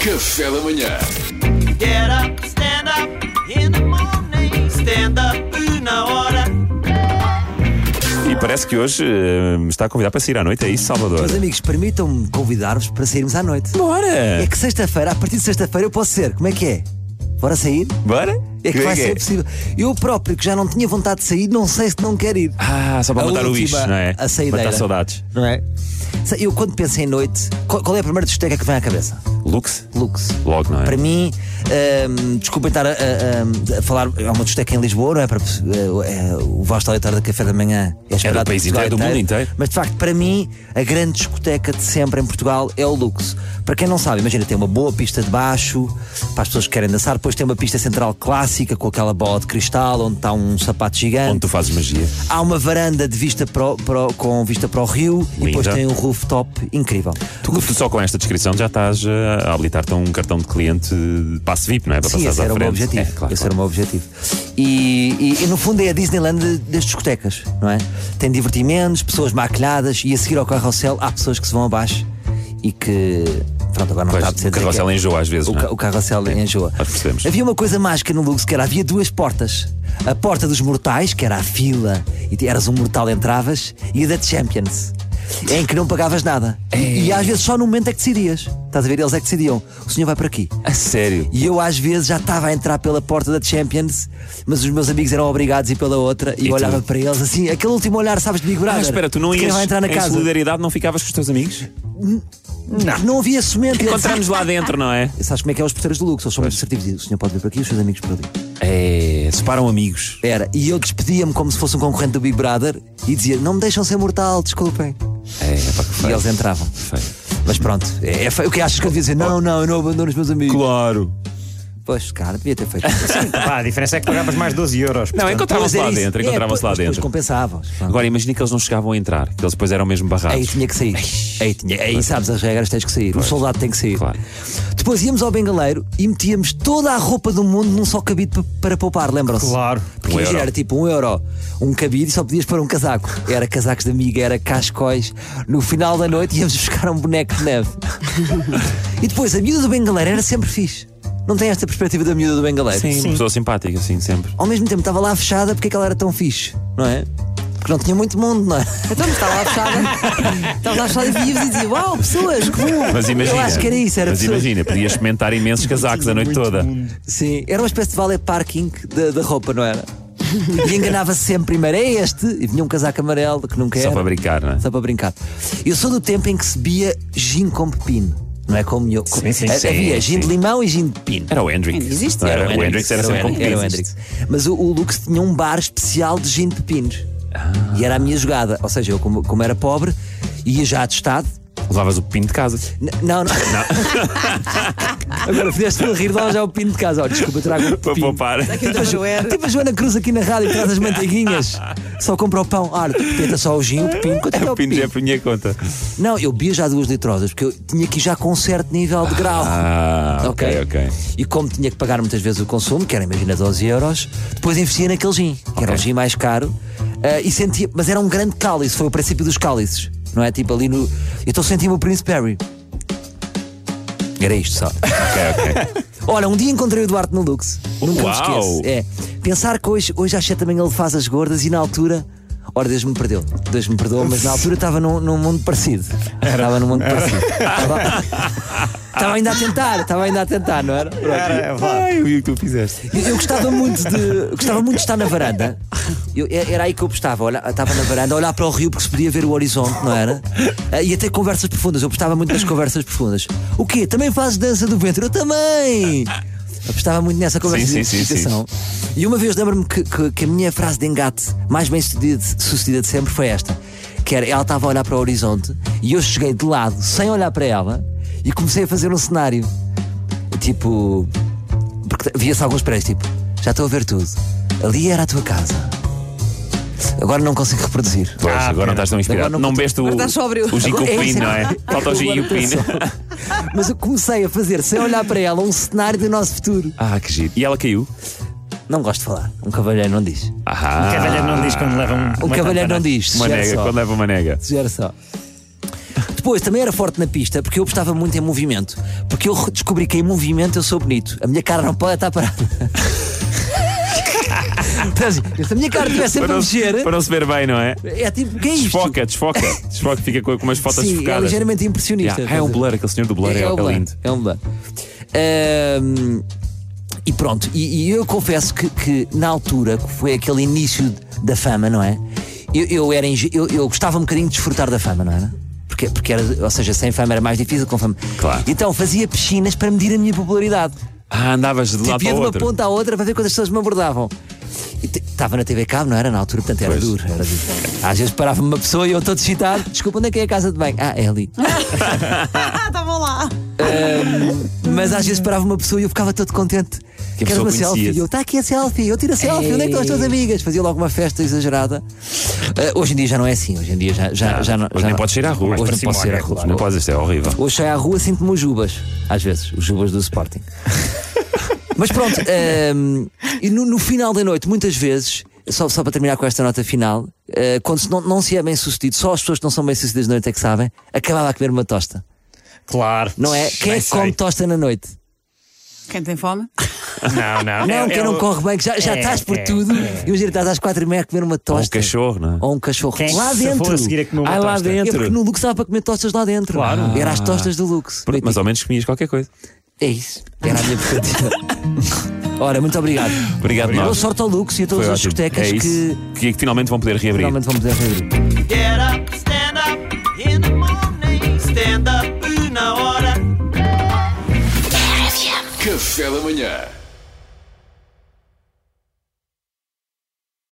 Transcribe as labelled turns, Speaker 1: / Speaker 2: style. Speaker 1: Café da manhã.
Speaker 2: Get up, stand up in the morning. Stand up na hora.
Speaker 3: E parece que hoje eh, me está a convidar para sair à noite, é isso, Salvador?
Speaker 4: Meus amigos, permitam-me convidar-vos para sairmos à noite.
Speaker 3: Bora!
Speaker 4: É que sexta-feira, a partir de sexta-feira, eu posso ser. Como é que é? Bora sair?
Speaker 3: Bora?
Speaker 4: É que
Speaker 3: Como
Speaker 4: vai ser possível. Eu próprio, que já não tinha vontade de sair, não sei se não quero ir.
Speaker 3: Ah, só para
Speaker 4: A
Speaker 3: matar o
Speaker 4: última,
Speaker 3: bicho, não é?
Speaker 4: a saídeira.
Speaker 3: Matar saudades.
Speaker 4: Não é? Sei, Eu, quando penso em noite, qual, qual é a primeira discoteca que vem à cabeça?
Speaker 3: Lux?
Speaker 4: Lux.
Speaker 3: Logo, não é?
Speaker 4: Para mim, hum, desculpem estar a, a- a- a falar, é uma discoteca em Lisboa, não é? Para, é, o vasto auditório da café da manhã é esperado
Speaker 3: país
Speaker 4: em Portugal
Speaker 3: inteiro, do mundo inteiro.
Speaker 4: Mas de facto, para mim, a grande discoteca de sempre em Portugal é o Lux. Para quem não sabe, imagina, tem uma boa pista de baixo para as pessoas que querem dançar, depois tem uma pista central clássica com aquela bola de cristal onde está um sapato gigante.
Speaker 3: Onde tu fazes magia.
Speaker 4: Há uma varanda de vista para o- para o- com vista para o rio e depois
Speaker 3: Linda.
Speaker 4: tem um rooftop incrível.
Speaker 3: Tu, tu só com esta descrição já estás eh, a habilitar-te a um cartão de cliente de passe VIP, não é? Para
Speaker 4: Sim,
Speaker 3: passares
Speaker 4: esse
Speaker 3: à
Speaker 4: era o
Speaker 3: frente.
Speaker 4: meu objetivo.
Speaker 3: É, claro,
Speaker 4: esse
Speaker 3: claro.
Speaker 4: era o meu objetivo. E, e- e, no fundo é a Disneyland de- das discotecas, não é? Tem divertimentos, pessoas maquilhadas e a seguir ao carrossel há pessoas que se vão abaixo e que. Pronto, agora não
Speaker 3: Pois,
Speaker 4: está a dizer
Speaker 3: o carrossel
Speaker 4: que é-
Speaker 3: enjoa às vezes,
Speaker 4: O,
Speaker 3: não é?
Speaker 4: ca- o carrossel enjoa.
Speaker 3: nós percebemos.
Speaker 4: Havia uma coisa mágica no Lux, que era havia duas portas. A porta dos mortais, que era a fila, e tu eras um mortal, entravas, e a da Champions, em que não pagavas nada. E, e às vezes só no momento é que decidias. Estás a ver? Eles é que decidiam. O senhor vai para aqui.
Speaker 3: A sério?
Speaker 4: E eu às vezes já estava a entrar pela porta da Champions, mas os meus amigos eram obrigados a ir pela outra e,
Speaker 3: E
Speaker 4: eu
Speaker 3: tu?
Speaker 4: olhava para eles assim, aquele último olhar, sabes, de Big Brother.
Speaker 3: Ah, espera, tu não
Speaker 4: de quem
Speaker 3: ias
Speaker 4: vai entrar na
Speaker 3: em
Speaker 4: casa.
Speaker 3: solidariedade, não ficavas com os teus amigos?
Speaker 4: Não, não havia cimento. Eles-
Speaker 3: Encontramos lá dentro, não é?
Speaker 4: Sabes como é que é os porteiros de luxo? Eles são muito assertivos. E O senhor pode vir para aqui, os seus amigos para ali.
Speaker 3: É, separam amigos.
Speaker 4: Era, e eu despedia-me como se fosse um concorrente do Big Brother e dizia: Não me deixam ser mortal, desculpem.
Speaker 3: É, pá, que
Speaker 4: E
Speaker 3: feio.
Speaker 4: eles entravam.
Speaker 3: Feio.
Speaker 4: Mas pronto, é, é feio. o que achas que eu devia dizer? Não, não, eu não abandono os meus amigos.
Speaker 3: Claro.
Speaker 4: Pois, cara, devia ter feito. isso.
Speaker 5: Pá, a diferença é que pagavas mais 12 euros.
Speaker 3: Não,
Speaker 4: Pois
Speaker 3: encontravam-se
Speaker 4: era
Speaker 3: lá
Speaker 4: isso.
Speaker 3: dentro,
Speaker 4: É,
Speaker 3: encontravam-se lá
Speaker 4: pois, pois
Speaker 3: dentro.
Speaker 4: compensavas. Pronto.
Speaker 3: Agora imagina que eles não chegavam a entrar, que eles depois eram mesmo barrados.
Speaker 4: Aí tinha que sair. Aí, tinha, aí sabes as regras, tens que sair. O soldado tem que sair.
Speaker 3: Claro.
Speaker 4: Depois íamos ao bengaleiro e metíamos toda a roupa do mundo num só cabide pa- para poupar, lembram-se?
Speaker 5: Claro.
Speaker 4: Porque
Speaker 3: Um
Speaker 4: imagina,
Speaker 3: euro.
Speaker 4: era tipo um euro, um cabide e só podias pôr um casaco. Era casacos de amiga, era cascóis. No final da noite íamos buscar um boneco de neve. e depois a miúda do bengaleiro era sempre fixe. Não tem esta perspectiva da miúda do bengaleiro?
Speaker 3: Sim, uma pessoa simpática, sim, sempre.
Speaker 4: Ao mesmo tempo estava lá fechada porque é que ela era tão fixe, não é? Porque não tinha muito mundo, não é?
Speaker 6: Então, mas estava lá fechada. Estava lá fechada e via-vos e dizia: Uau, pessoas, que bom!
Speaker 3: Mas imagina.
Speaker 4: Eu acho que era isso, era
Speaker 3: Mas
Speaker 4: pessoas-
Speaker 3: imagina, podias experimentar imensos casacos a noite toda.
Speaker 4: Sim, era uma espécie de valet parking da, da roupa, não era? E enganava-se sempre primeiro, é este, e vinha um casaco amarelo que nunca era.
Speaker 3: Só para brincar, não é?
Speaker 4: Só para brincar. Eu sou do tempo em que se bebia gin com pepino, não é como eu.
Speaker 3: Sim, sim, sim,
Speaker 4: Havia gin de
Speaker 3: sim.
Speaker 4: limão e gin de pepino.
Speaker 3: Era o Hendrix.
Speaker 6: Ainda existe?
Speaker 3: Não era?
Speaker 6: Era
Speaker 3: o Hendrix era sempre um
Speaker 4: o Hendrix, era o
Speaker 3: competido.
Speaker 4: Hendrix. Mas o, o Lux tinha um bar especial de gin de pepinos.
Speaker 3: Ah.
Speaker 4: E era a minha jogada. Ou seja, eu, como, como era pobre, ia já atestado.
Speaker 3: Levavas o pepino de casa.
Speaker 4: N- Não, não. Agora fizeste-me rir, lá já o pino de casa. Olha, desculpa, trago o
Speaker 3: Para
Speaker 4: pepino.
Speaker 3: poupar.
Speaker 6: Aqui da Joer.
Speaker 4: Tipo a Joana Cruz aqui na rádio que traz as manteiguinhas. Só compra o pão. Ah, tenta só o gin, o pepino. Quanto é que é
Speaker 3: O
Speaker 4: o
Speaker 3: pepino já é
Speaker 4: pepino?
Speaker 3: por minha conta.
Speaker 4: Não, eu bebia já duas litrosas, porque eu tinha que ir já com um certo nível de grau.
Speaker 3: Ah, ok, ok.
Speaker 4: E como tinha que pagar muitas vezes o consumo, que era, imagina, 12 euros, depois investia naquele gin, que era um
Speaker 3: Ok.
Speaker 4: gin mais caro. ah, e sentia, mas era um grande cálice, foi o princípio dos cálices. Não é? Tipo ali no. Eu estou sentindo o Príncipe Harry. Era isto só.
Speaker 3: Ok, ok.
Speaker 4: Olha, um dia encontrei o Duarte no Lux. Nunca me
Speaker 3: Uau!
Speaker 4: esqueço. É. Pensar que hoje, hoje às 7 da manhã ele faz as gordas e na altura. Ora, Deus me perdeu. Deus me perdoou, mas na altura estava num, num mundo parecido. Estava num mundo parecido. Estava- Estava ainda a tentar, estava ainda a tentar, não era? Pronto.
Speaker 5: Era, vá.
Speaker 3: Ai, eu vi o que tu fizeste.
Speaker 4: Eu, eu gostava muito de eu gostava muito de estar na varanda. Eu- é- era aí que eu postava, olha, estava na varanda, a olhar para o rio porque se podia ver o horizonte, não era? Ah, E até conversas profundas, eu postava muito das conversas profundas. O quê? Também fazes dança do ventre? Eu também! Eu postava muito nessa conversa
Speaker 3: Sim,
Speaker 4: de
Speaker 3: sim, sim,
Speaker 4: identificação. E uma vez lembro-me que, que- que a minha frase de engate mais bem sucedida, sucedida de sempre foi esta: que era, ela estava a olhar para o horizonte e eu cheguei de lado, sem olhar para ela, e comecei a fazer um cenário. Tipo, porque via-se alguns prédios, tipo, já estou a ver tudo. Ali era a tua casa. Agora não consigo reproduzir.
Speaker 3: Pois, agora não estás tão inspirado.
Speaker 4: Ah, Agora não
Speaker 3: Não bebeste o,
Speaker 6: Agora estás sóbrio.
Speaker 3: o gin com
Speaker 4: Agora- é isso,
Speaker 3: pepino, não é? Falta o gin e o pepino.
Speaker 4: Mas eu comecei a fazer, sem olhar para ela, um cenário do nosso futuro.
Speaker 3: Ah, que giro. E ela caiu?
Speaker 4: Não gosto de falar. Um cavalheiro não diz.
Speaker 3: Ah,
Speaker 5: O cavalheiro não diz quando leva um.
Speaker 4: O
Speaker 5: uma
Speaker 4: cavalheiro
Speaker 5: tampana.
Speaker 4: não diz.
Speaker 3: uma
Speaker 4: sugere
Speaker 3: nega,
Speaker 4: só.
Speaker 3: quando leva uma nega.
Speaker 4: Sugere só. Depois, também era forte na pista, porque eu apostava muito em movimento. Porque eu descobri que em movimento eu sou bonito. A minha cara não pode estar parada. Portanto, assim, se a minha cara estiver sempre
Speaker 3: Para
Speaker 4: a
Speaker 3: não,
Speaker 4: mexer,
Speaker 3: para não se ver bem, não é?
Speaker 4: é tipo, quem é isto?
Speaker 3: Desfoca, desfoca. Desfoca, fica com, com umas fotos
Speaker 4: Sim, é
Speaker 3: desfocadas.
Speaker 4: ligeiramente impressionista.
Speaker 3: Yeah, É um blur, aquele senhor do blur é, é
Speaker 4: blur,
Speaker 3: lindo.
Speaker 4: É um blur. Ahm, e pronto, e, e eu confesso que, que na altura, que foi aquele início da fama, não é? Eu, eu era inge- eu, eu gostava um bocadinho de desfrutar da fama, não era? Porque, porque era, ou seja, sem fama era mais difícil, com fama.
Speaker 3: Claro.
Speaker 4: Então fazia piscinas para medir a minha popularidade.
Speaker 3: Ah, andavas de lá
Speaker 4: Tipo,
Speaker 3: para
Speaker 4: ia de
Speaker 3: o
Speaker 4: uma
Speaker 3: outro.
Speaker 4: ponta à outra para ver quantas pessoas me abordavam. E te- Estava na TV Cabo, não era? Na altura, portanto era
Speaker 3: Pois.
Speaker 4: duro. Era duro. Às vezes parava-me uma pessoa e eu todo excitado. Desculpa, onde é que é a casa de banho? Ah, é ali.
Speaker 6: Ah, estavam lá.
Speaker 4: Mas às vezes parava uma pessoa e eu ficava todo contente.
Speaker 3: Que a
Speaker 4: Queres
Speaker 3: pessoa
Speaker 4: uma
Speaker 3: conhecia-te.
Speaker 4: selfie? E Eu, está aqui a selfie, eu tiro a selfie, onde é que estão as tuas amigas? Fazia logo uma festa exagerada. Ah, hoje em dia já não é assim, hoje em dia já, já, já não.
Speaker 3: Hoje
Speaker 4: já
Speaker 3: nem
Speaker 4: não-
Speaker 3: podes sair à rua.
Speaker 4: Hoje não posso sair à rua.
Speaker 3: Não podes, isto é horrível.
Speaker 4: Hoje saio à rua, sinto-me os Jubas, às vezes, os Jubas do Sporting. Mas pronto, hum, e no, no final da noite, muitas vezes, só, só para terminar com esta nota final, eh, quando se não, não se é bem sucedido, só as pessoas que não são bem sucedidas na noite é que sabem, acabava a comer uma tosta.
Speaker 5: Claro.
Speaker 4: Não é? Quem é
Speaker 5: Bem
Speaker 4: que come
Speaker 5: sei.
Speaker 4: tosta na noite?
Speaker 6: Quem tem fome?
Speaker 5: Não, não.
Speaker 4: Não,
Speaker 5: É-
Speaker 4: quem
Speaker 5: é
Speaker 4: não
Speaker 5: o-
Speaker 4: corre bem, que já, já
Speaker 5: é,
Speaker 4: estás por
Speaker 5: é,
Speaker 4: tudo.
Speaker 5: é.
Speaker 4: Imagina, estás às quatro e meia a comer uma tosta.
Speaker 3: Ou um cachorro, não é?
Speaker 4: Ou um cachorro.
Speaker 5: Quem
Speaker 4: lá
Speaker 5: se
Speaker 4: dentro.
Speaker 5: for a seguir a comer uma
Speaker 4: Ai, lá
Speaker 5: tosta?
Speaker 4: dentro. Ah. É porque no Lux dava para comer tostas lá dentro.
Speaker 5: Claro.
Speaker 4: Era as tostas do Lux.
Speaker 3: Pronto, mas ao menos comias qualquer coisa.
Speaker 4: É isso. Era a minha perspectiva. Ora, muito obrigado.
Speaker 3: Obrigado,
Speaker 4: Boa
Speaker 3: nós.
Speaker 4: sorte ao Lux e a todas
Speaker 3: Foi
Speaker 4: as
Speaker 3: ótimo.
Speaker 4: discotecas
Speaker 3: é isso.
Speaker 4: que
Speaker 3: que finalmente vão poder reabrir.
Speaker 4: finalmente vão poder reabrir.
Speaker 2: Get up, stand up in the morning. Stand up, una hora.
Speaker 1: Café da manhã.